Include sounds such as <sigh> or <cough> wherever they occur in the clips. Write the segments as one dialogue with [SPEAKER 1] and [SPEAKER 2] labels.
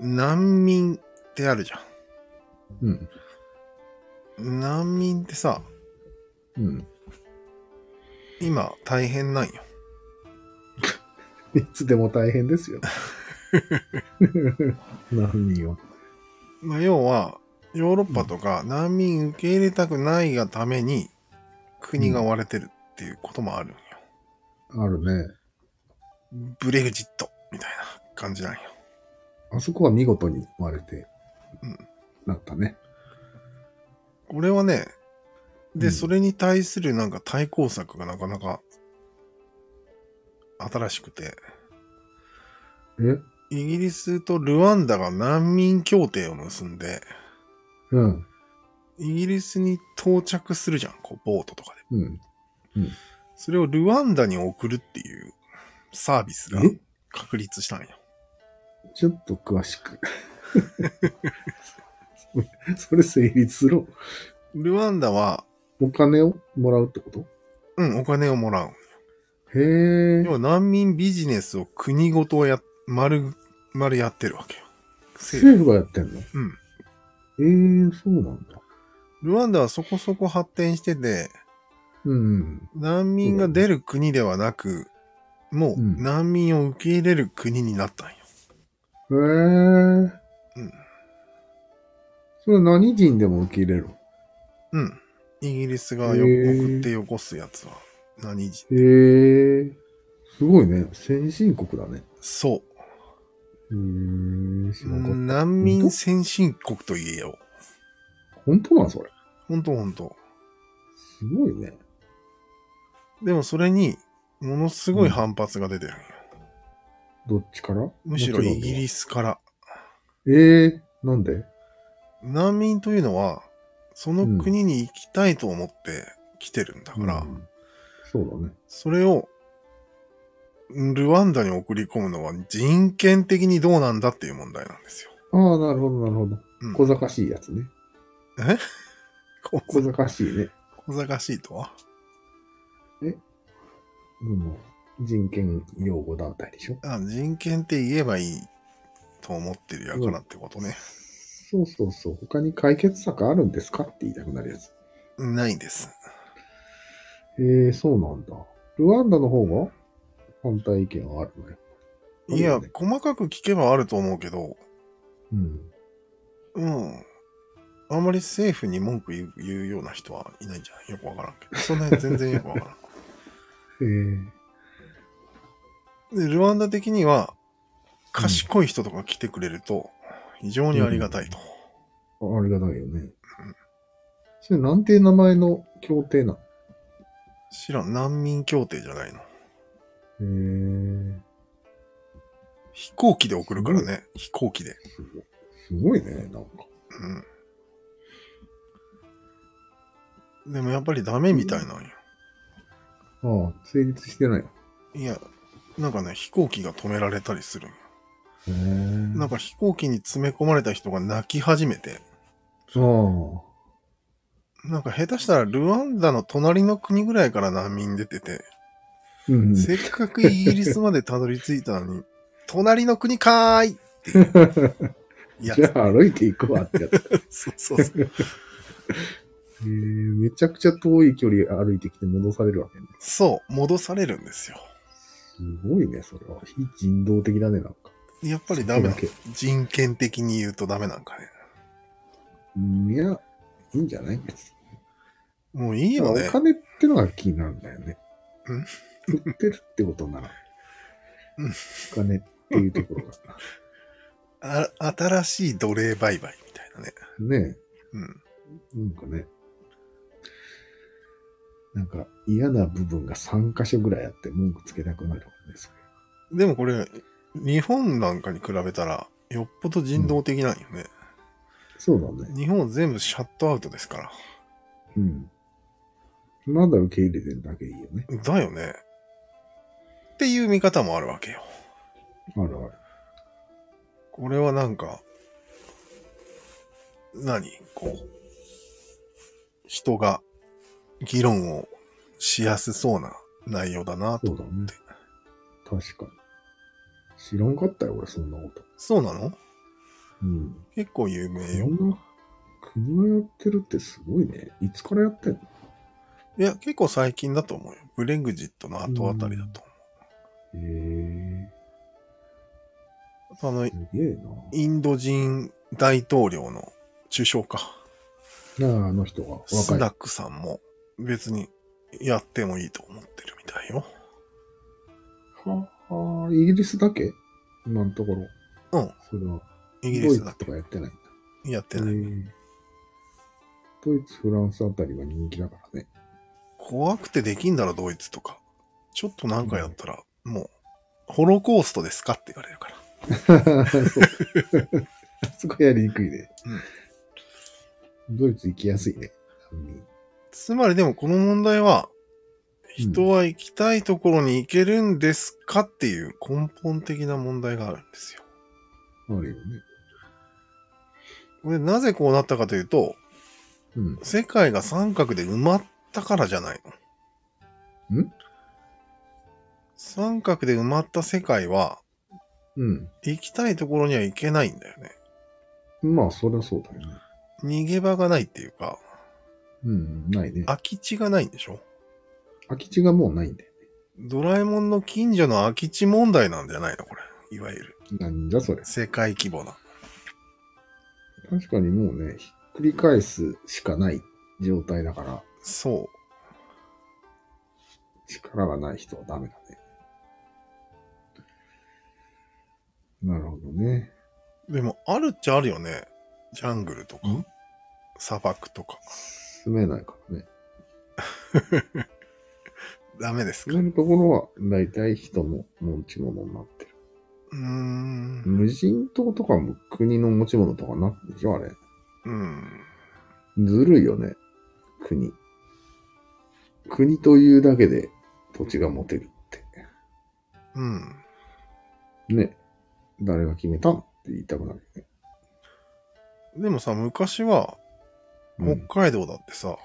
[SPEAKER 1] 難民ってあるじゃ
[SPEAKER 2] うん。
[SPEAKER 1] ん。難民ってさ、
[SPEAKER 2] うん。
[SPEAKER 1] 今大変なんよ。
[SPEAKER 2] いつでも大変ですよ。何よ。
[SPEAKER 1] まあ、要は、ヨーロッパとか難民受け入れたくないがために国が割れてるっていうこともあるんよ。
[SPEAKER 2] あるね。
[SPEAKER 1] ブレグジットみたいな感じなんよ。
[SPEAKER 2] あそこは見事に割れて、
[SPEAKER 1] うん
[SPEAKER 2] なったね。
[SPEAKER 1] これはね、で、
[SPEAKER 2] うん
[SPEAKER 1] それに対するなんか対抗策がなかなか新しくて、
[SPEAKER 2] え
[SPEAKER 1] イギリスとルワンダが難民協定を結んで、
[SPEAKER 2] うん。
[SPEAKER 1] イギリスに到着するじゃん、こう、ボートとかで。
[SPEAKER 2] うん。
[SPEAKER 1] それをルワンダに送るっていうサービスが
[SPEAKER 2] え
[SPEAKER 1] 確立したんよ。
[SPEAKER 2] ちょっと詳しく。 <laughs> それ成立する
[SPEAKER 1] ルワンダは、
[SPEAKER 2] お金をもらうってこと
[SPEAKER 1] うん、お金をもらう。
[SPEAKER 2] へえ
[SPEAKER 1] 要。は難民ビジネスを国ごとや、丸、丸やってるわけよ。政
[SPEAKER 2] 政府がやってんの
[SPEAKER 1] 府。うん。
[SPEAKER 2] ええー、そうなんだ。
[SPEAKER 1] ルワンダはそこそこ発展してて、
[SPEAKER 2] うん。
[SPEAKER 1] 難民が出る国ではなく、もう
[SPEAKER 2] うん
[SPEAKER 1] 難民を受け入れる国になったんよ。
[SPEAKER 2] へえ。
[SPEAKER 1] うん。
[SPEAKER 2] それ何人でも受け入れる
[SPEAKER 1] うん。イギリスがよ
[SPEAKER 2] へー
[SPEAKER 1] 送ってよこすやつは何人
[SPEAKER 2] へえ。すごいね。先進国だね。
[SPEAKER 1] そ
[SPEAKER 2] へえ、知
[SPEAKER 1] う。
[SPEAKER 2] らなかった。
[SPEAKER 1] 難民先進国と言えよう。
[SPEAKER 2] 本当なんそれ。
[SPEAKER 1] ほんとほんと。
[SPEAKER 2] すごいね。
[SPEAKER 1] でもそれに、ものすごい反発が出てるんよ。
[SPEAKER 2] どっちから
[SPEAKER 1] むしろイギリ
[SPEAKER 2] ス。
[SPEAKER 1] スから。
[SPEAKER 2] ええなんで
[SPEAKER 1] 難民というのは、その国に行きたいと思って来てるんだから、
[SPEAKER 2] うんそうだね。
[SPEAKER 1] それを、ルワンダに送り込むのは人権的にどうなんだっていう問題なんですよ。
[SPEAKER 2] ああ、なるほど、なるほど。
[SPEAKER 1] うん、
[SPEAKER 2] 小賢しいやつね。
[SPEAKER 1] こ
[SPEAKER 2] 小賢しいね。
[SPEAKER 1] 小賢しいとは
[SPEAKER 2] うん、人権擁護団体でしょ。
[SPEAKER 1] あ人権って言えばいいと思ってるやからってことね。
[SPEAKER 2] そうそうそう。他に解決策あるんですかって言いたくなるやつ。
[SPEAKER 1] ないです。
[SPEAKER 2] ええそうなんだ。ルワンダの方が反対意見はあるね。
[SPEAKER 1] いや、
[SPEAKER 2] あるよね
[SPEAKER 1] 細かく聞けばあると思うけど、
[SPEAKER 2] うん。
[SPEAKER 1] うん。あんまり政府に文句言う言うような人はいないんじゃないよくわからんけど。その辺全然よくわから
[SPEAKER 2] ええ
[SPEAKER 1] ん。で、ルワンダ的には、賢い人とか来てくれると、非常にありがたいと。
[SPEAKER 2] ありがたいよね。それなんていう名前の協定なの
[SPEAKER 1] 知らん、難民協定じゃないの。
[SPEAKER 2] ええ
[SPEAKER 1] 飛行機で送るからね、飛行機で。
[SPEAKER 2] すごいすごいね、なんか。
[SPEAKER 1] うん。でもやっぱりダメみたいなんよ。
[SPEAKER 2] ああ、成立してないよ。
[SPEAKER 1] いや、なんかね、飛行機が止められたりするんよ。
[SPEAKER 2] へえ
[SPEAKER 1] なん
[SPEAKER 2] あ
[SPEAKER 1] か飛行機に詰め込まれた人が泣き始めて、
[SPEAKER 2] あ。
[SPEAKER 1] なんか下手したらルワンダの隣の国ぐらいから難民出てて、
[SPEAKER 2] うん。
[SPEAKER 1] せっかくイギリスまでたどり着いたの
[SPEAKER 2] <laughs>
[SPEAKER 1] に、隣の国かーいっていうや
[SPEAKER 2] じゃあ歩いていく
[SPEAKER 1] <laughs>
[SPEAKER 2] わってやつ。へ
[SPEAKER 1] つ。そうそう
[SPEAKER 2] <laughs>
[SPEAKER 1] そう。
[SPEAKER 2] えめちゃくちゃ遠い距離歩いてきて戻されるわけね。
[SPEAKER 1] そう、戻されるんですよ。
[SPEAKER 2] すごいね、それは。非人道的だね、なんか。
[SPEAKER 1] やっぱりダメな
[SPEAKER 2] それだ
[SPEAKER 1] の人権的に言うとダメなんかね。
[SPEAKER 2] うんいや、いいんじゃない別に。
[SPEAKER 1] もういいよね
[SPEAKER 2] お。金ってのが気になるんだよね。
[SPEAKER 1] うん
[SPEAKER 2] 売ってるってことなら。
[SPEAKER 1] うん
[SPEAKER 2] お金っていうところが。
[SPEAKER 1] <laughs> あ新しい奴隷売買みたいなね。
[SPEAKER 2] ね
[SPEAKER 1] うん。
[SPEAKER 2] え、なんかね。なんか嫌な部分が3箇所ぐらいあって文句つけたくなるわけです。
[SPEAKER 1] でもこれ、日本なんかに比べたら、よっぽど人道的なんよね。
[SPEAKER 2] そうだね。
[SPEAKER 1] 日本は全部シャットアウトですから。
[SPEAKER 2] うん。まだ受け入れてるだけいいよね。
[SPEAKER 1] だよね。っていう見方もあるわけよ。
[SPEAKER 2] あるある。
[SPEAKER 1] これはなんか、何こう、人が議論をしやすそうな内容だなと
[SPEAKER 2] そうだね。確かに。知らんかったよ、俺、そんなこと。
[SPEAKER 1] そうなの
[SPEAKER 2] うん。
[SPEAKER 1] 結構有名
[SPEAKER 2] そ
[SPEAKER 1] よ。
[SPEAKER 2] んな国がやってるってすごいね。いつからやってんの
[SPEAKER 1] いや、結構最近だと思うよ。ブレグジットの後あたりだと思
[SPEAKER 2] へ
[SPEAKER 1] う。あとあの
[SPEAKER 2] え、すげえ
[SPEAKER 1] インド人大統領の首相か。
[SPEAKER 2] な。なあ、あの人が
[SPEAKER 1] ス
[SPEAKER 2] 若
[SPEAKER 1] ナ
[SPEAKER 2] い。
[SPEAKER 1] ックさんも別にやってもいいと思ってるみたいよ。
[SPEAKER 2] ははイギリスだけ今のところ。
[SPEAKER 1] うん。
[SPEAKER 2] それは。
[SPEAKER 1] イギリス
[SPEAKER 2] ドイ
[SPEAKER 1] だ
[SPEAKER 2] ツとかやってないんだ。
[SPEAKER 1] けやってない。
[SPEAKER 2] へえドイツ、フランスあたりは人気だか
[SPEAKER 1] <laughs>
[SPEAKER 2] らね。
[SPEAKER 1] 怖くてできんだろ、ドイツとか。ちょっとなんかやったら、もう、ホロコーストですかって言われるから。
[SPEAKER 2] そう。そこやりにくいね。ドイツ行きやすいね。
[SPEAKER 1] つまりでもこの問題は、
[SPEAKER 2] うん
[SPEAKER 1] 人は行きたいところに行けるんですかっていう根本的な問題があるんですよ。
[SPEAKER 2] あるよね。
[SPEAKER 1] これなぜこうなったかというと、
[SPEAKER 2] うん。
[SPEAKER 1] 世界が三角で埋まったからじゃないの。
[SPEAKER 2] ん
[SPEAKER 1] 三角で埋まった世界は、
[SPEAKER 2] うん。
[SPEAKER 1] 行きたいところには行けないんだよね。
[SPEAKER 2] まあ、そりゃそうだよね。
[SPEAKER 1] 逃げ場がないっていうか、
[SPEAKER 2] うん、ないね。
[SPEAKER 1] 空き地がないんでしょ
[SPEAKER 2] 空き地がもうないんだよ
[SPEAKER 1] ドラえもんの近所の空き地問題なんじゃないのこれ。いわゆる。
[SPEAKER 2] ね。なんじゃそれ。
[SPEAKER 1] 世界規模な。
[SPEAKER 2] 確かにもうね、ひっくり返すしかない状態だから、
[SPEAKER 1] そう。
[SPEAKER 2] 力がない人はダメだね。なるほどね。
[SPEAKER 1] でも、あるっちゃあるよね。ジャングルとか
[SPEAKER 2] ん、
[SPEAKER 1] 砂漠とか。
[SPEAKER 2] 住めないからね。
[SPEAKER 1] ダメですか
[SPEAKER 2] 住めるところは大体人の持ち物になってる。
[SPEAKER 1] うーん。
[SPEAKER 2] 無人島とかも国の持ち物とかなってるでしょあれ。
[SPEAKER 1] うん。
[SPEAKER 2] ずるいよね。国。国というだけで土地が持てるっ
[SPEAKER 1] うん。
[SPEAKER 2] て。ね。誰が決めたのって言いたくなるよね。
[SPEAKER 1] でもさ、昔は、
[SPEAKER 2] うん
[SPEAKER 1] 北海道だってさ、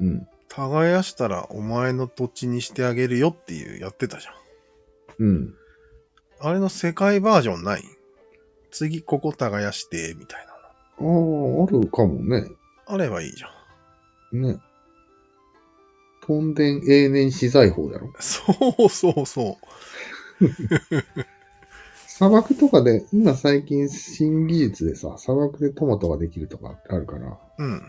[SPEAKER 2] うん。
[SPEAKER 1] 耕したらお前の土地にしてあげるよっていうやってたじゃん。
[SPEAKER 2] うん。
[SPEAKER 1] あれの世界バージョンない次ここ耕して、みたいなの。
[SPEAKER 2] ああ、あるかもね。
[SPEAKER 1] あればいいじゃん。
[SPEAKER 2] ね。トンデン永年資材法だろ。
[SPEAKER 1] そうそうそ
[SPEAKER 2] 砂漠とかで、今最近新技術でさ、砂漠でトマトができるとかあるから、
[SPEAKER 1] う。うん。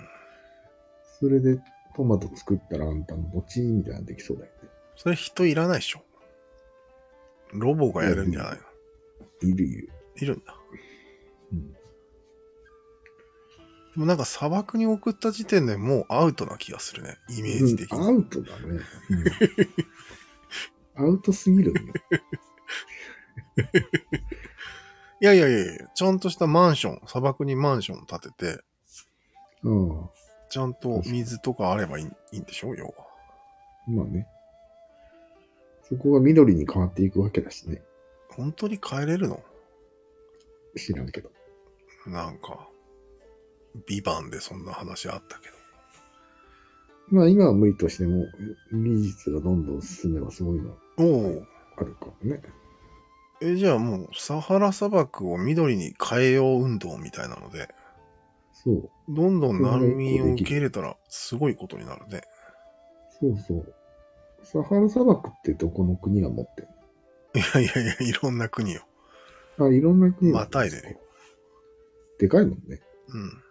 [SPEAKER 2] それでトマト作ったらあんたの墓地みたいなのできそうだよね。
[SPEAKER 1] それ人いらないでしょ。ロボがやるんじゃないの
[SPEAKER 2] いるいる。
[SPEAKER 1] いるんだ。
[SPEAKER 2] うん
[SPEAKER 1] でもなんか砂漠に送った時点でもうアウトな気がするね。イメージ的
[SPEAKER 2] う
[SPEAKER 1] に。
[SPEAKER 2] んアウトだね。うんアウトすぎるね。
[SPEAKER 1] いやいやいやいや、ちゃんとしたマンション、砂漠にマンション建てて、
[SPEAKER 2] うん。
[SPEAKER 1] ちゃんと水とかあればいいいいんでしょ要は。
[SPEAKER 2] まあね。そこが緑に変わっていくわけだしね。
[SPEAKER 1] 本当に帰れるの
[SPEAKER 2] 知らんけど。
[SPEAKER 1] なんか、ビバンでそんな話あったけど。
[SPEAKER 2] まあ今は無理としても、技術がどんどん進めばすごいの
[SPEAKER 1] おお。
[SPEAKER 2] あるからね。
[SPEAKER 1] え、じゃあもう、サハラ砂漠を緑に変えよう運動みたいなので、
[SPEAKER 2] そう。
[SPEAKER 1] どんどん難民を受け入れたら、すごいことになるね。 <laughs>
[SPEAKER 2] そうそう。サハラ砂漠ってどこの国が持ってん
[SPEAKER 1] いやいやいや、いろんな国よ。
[SPEAKER 2] のあ、いろんな国が
[SPEAKER 1] またいでね。
[SPEAKER 2] でかいもんね。
[SPEAKER 1] うん。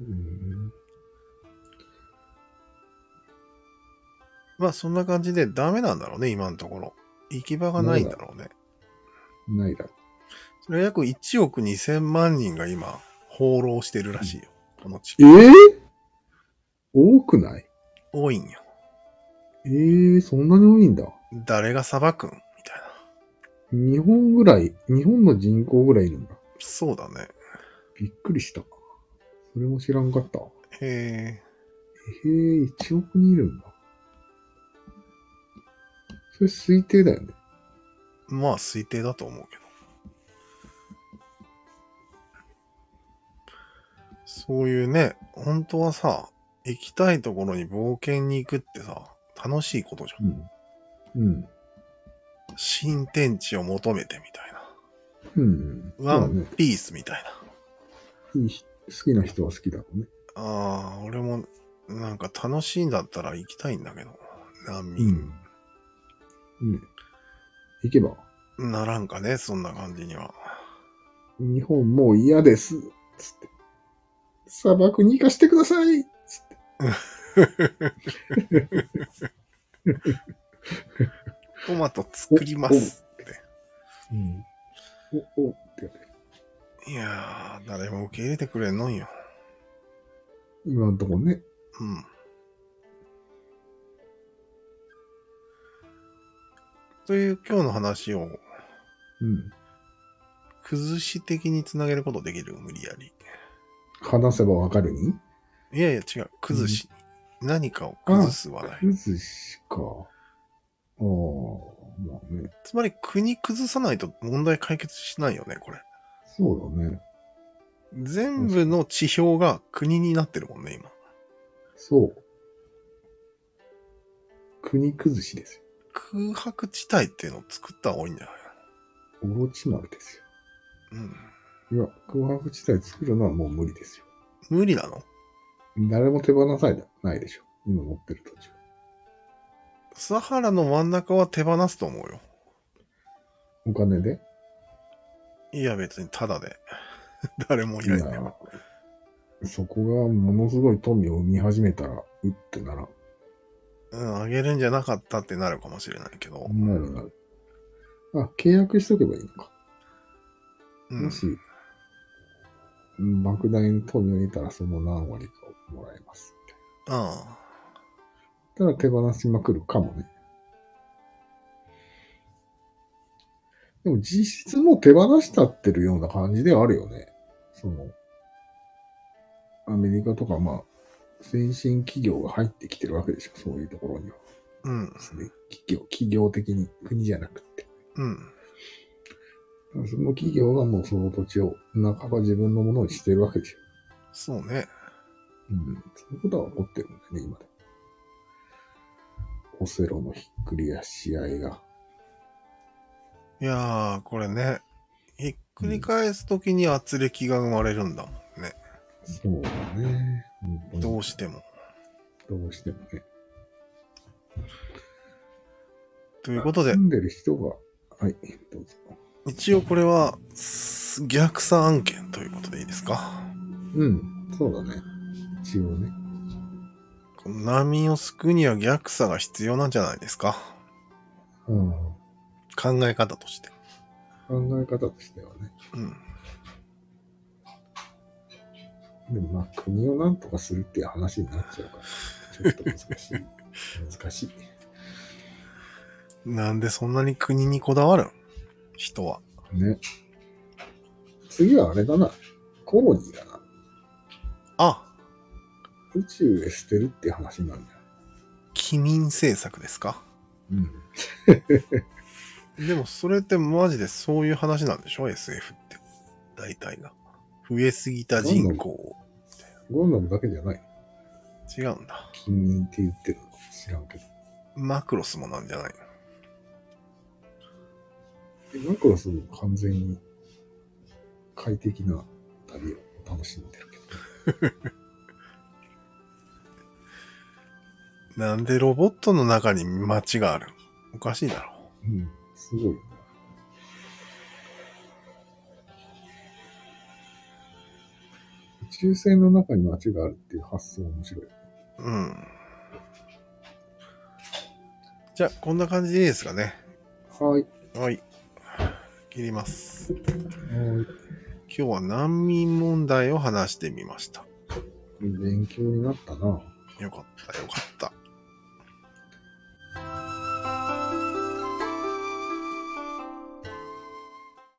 [SPEAKER 2] うん。
[SPEAKER 1] まあそんな感じでダメなんだろうね、今のところ。行き場がないんだろうね。
[SPEAKER 2] ないだろ
[SPEAKER 1] それは約1億2000万人が今、放浪してるらしいよ。この地
[SPEAKER 2] え
[SPEAKER 1] 球。
[SPEAKER 2] ぇ、多くない
[SPEAKER 1] 多いんよ。
[SPEAKER 2] えぇ、そんなに多いんだ。
[SPEAKER 1] 誰が裁くんみたいな。
[SPEAKER 2] 日本ぐらい、日本の人口ぐらいいるんだ。
[SPEAKER 1] そうだね。
[SPEAKER 2] びっくりした。それも知らんかった。へ
[SPEAKER 1] へえ。
[SPEAKER 2] え、1億人いるんだ。それ推定だよね。
[SPEAKER 1] まあ推定だと思うけど。そういうね、本当はさ、行きたいところに冒険に行くってさ、楽しいことじゃん。
[SPEAKER 2] うん。うん。
[SPEAKER 1] 新天地を求めてみたいな。
[SPEAKER 2] うん。
[SPEAKER 1] ワ
[SPEAKER 2] まあね
[SPEAKER 1] ンピースみたいな。
[SPEAKER 2] いいし好きな人は好きだろうね。
[SPEAKER 1] ああ、俺も、なんか楽しいんだったら行きたいんだけど、難民、
[SPEAKER 2] ね。行けば、
[SPEAKER 1] ならんかね、そんな感じには。
[SPEAKER 2] 日本もう嫌です。つって。砂漠に行かしてください。つって。
[SPEAKER 1] トマト作りますっ
[SPEAKER 2] お、お、って。
[SPEAKER 1] て。いやー、誰も受け入れてくれんのんよ。
[SPEAKER 2] 今のとこね。
[SPEAKER 1] うん。という今日の話を、
[SPEAKER 2] うん。
[SPEAKER 1] 崩し的につなげることできる無理やり。
[SPEAKER 2] 話せばわかるに
[SPEAKER 1] いやいや、違う。崩し。何かを崩す話題。
[SPEAKER 2] くずしか。ああ、まあね。
[SPEAKER 1] つまり国崩さないと問題解決しないよね、これ。
[SPEAKER 2] そうだね。
[SPEAKER 1] 全部の地表が国になってるもんね、今。
[SPEAKER 2] そう。国崩しです
[SPEAKER 1] 空白地帯っていうのを作った方がいいんじゃない
[SPEAKER 2] よ。オロチマルです
[SPEAKER 1] うん。
[SPEAKER 2] よ。いや、空白地帯作るのはもう無理ですよ。
[SPEAKER 1] 無理なの
[SPEAKER 2] 誰も手放さないでしょ。今持ってる土地は。
[SPEAKER 1] サハラの真ん中は手放すと思うよ。
[SPEAKER 2] お金で
[SPEAKER 1] いや、別にタダで。 <laughs> 誰もいないんだよ。
[SPEAKER 2] 今、そこがものすごい富を生み始めたら、うってなら、
[SPEAKER 1] うん、あげるんじゃなかったってなるかもしれないけど。
[SPEAKER 2] なるなる。あ、契約しとけばいいのか。
[SPEAKER 1] うん
[SPEAKER 2] も。し、うん莫大な富を得たらその何割かをもらえますって。
[SPEAKER 1] あ
[SPEAKER 2] ただ手放しまくるかもね。でも実質もう手放したってるような感じではあるよね。その、アメリカとかまあ、先進企業が入ってきてるわけでしょ。そういうところには。
[SPEAKER 1] あ。うん。
[SPEAKER 2] すね。企業、企業的に、国じゃなくて。
[SPEAKER 1] うん。
[SPEAKER 2] その企業がもうその土地を、半ば自分のものにしてるわけでしょ。
[SPEAKER 1] そうね。
[SPEAKER 2] うん。そういうことは起こってるんだよね、今でも。オセロのひっくり返し合いが。
[SPEAKER 1] いやー、これね、ひっくり返すときに圧力が生まれるんだもんね。
[SPEAKER 2] そうだね。本当に
[SPEAKER 1] どうしても。
[SPEAKER 2] どうしてもね。
[SPEAKER 1] と
[SPEAKER 2] と
[SPEAKER 1] いうことで
[SPEAKER 2] 住、んでる人が、はい、どうぞ。
[SPEAKER 1] 一応これはす逆算案件ということでいいですか
[SPEAKER 2] うん、そうだね。一応ね。
[SPEAKER 1] この難民を救うには逆さが必要なんじゃないですか
[SPEAKER 2] うん。
[SPEAKER 1] 考え方として。
[SPEAKER 2] 考え方としてはね。
[SPEAKER 1] うん。
[SPEAKER 2] でもまあ、国をなんとかするっていう話になっちゃうから、ちょっと難
[SPEAKER 1] <laughs>
[SPEAKER 2] しい。難しい。
[SPEAKER 1] なんでそんなに国にこだわるん人は。
[SPEAKER 2] ね。次はあれだな。コロニーだな。
[SPEAKER 1] あ、
[SPEAKER 2] 宇宙へ捨てるっていう話になるんだよ。
[SPEAKER 1] 機民政策ですか
[SPEAKER 2] うん。
[SPEAKER 1] でもそれってマジでそういう話なんでしょ ?SF って。大体が。増えすぎた人口を。
[SPEAKER 2] ゴンダムだけじゃない。
[SPEAKER 1] 違うんだ。
[SPEAKER 2] 近隣って言ってるのか知らんけど。
[SPEAKER 1] マクロスもなんじゃない
[SPEAKER 2] でマクロスも完全に快適な旅を楽しんでるけど。
[SPEAKER 1] のなんでロボットの中に街があるおかしいだろ
[SPEAKER 2] うん。すごいな。宇宙船の中に街があるっていう発想面白い。
[SPEAKER 1] うん。じゃあ、こんな感じでいいですかね。
[SPEAKER 2] はい。
[SPEAKER 1] はい。切ります。
[SPEAKER 2] はい。
[SPEAKER 1] 今日は難民問題を話してみました。
[SPEAKER 2] 勉強になったな。
[SPEAKER 1] よかった、よかった。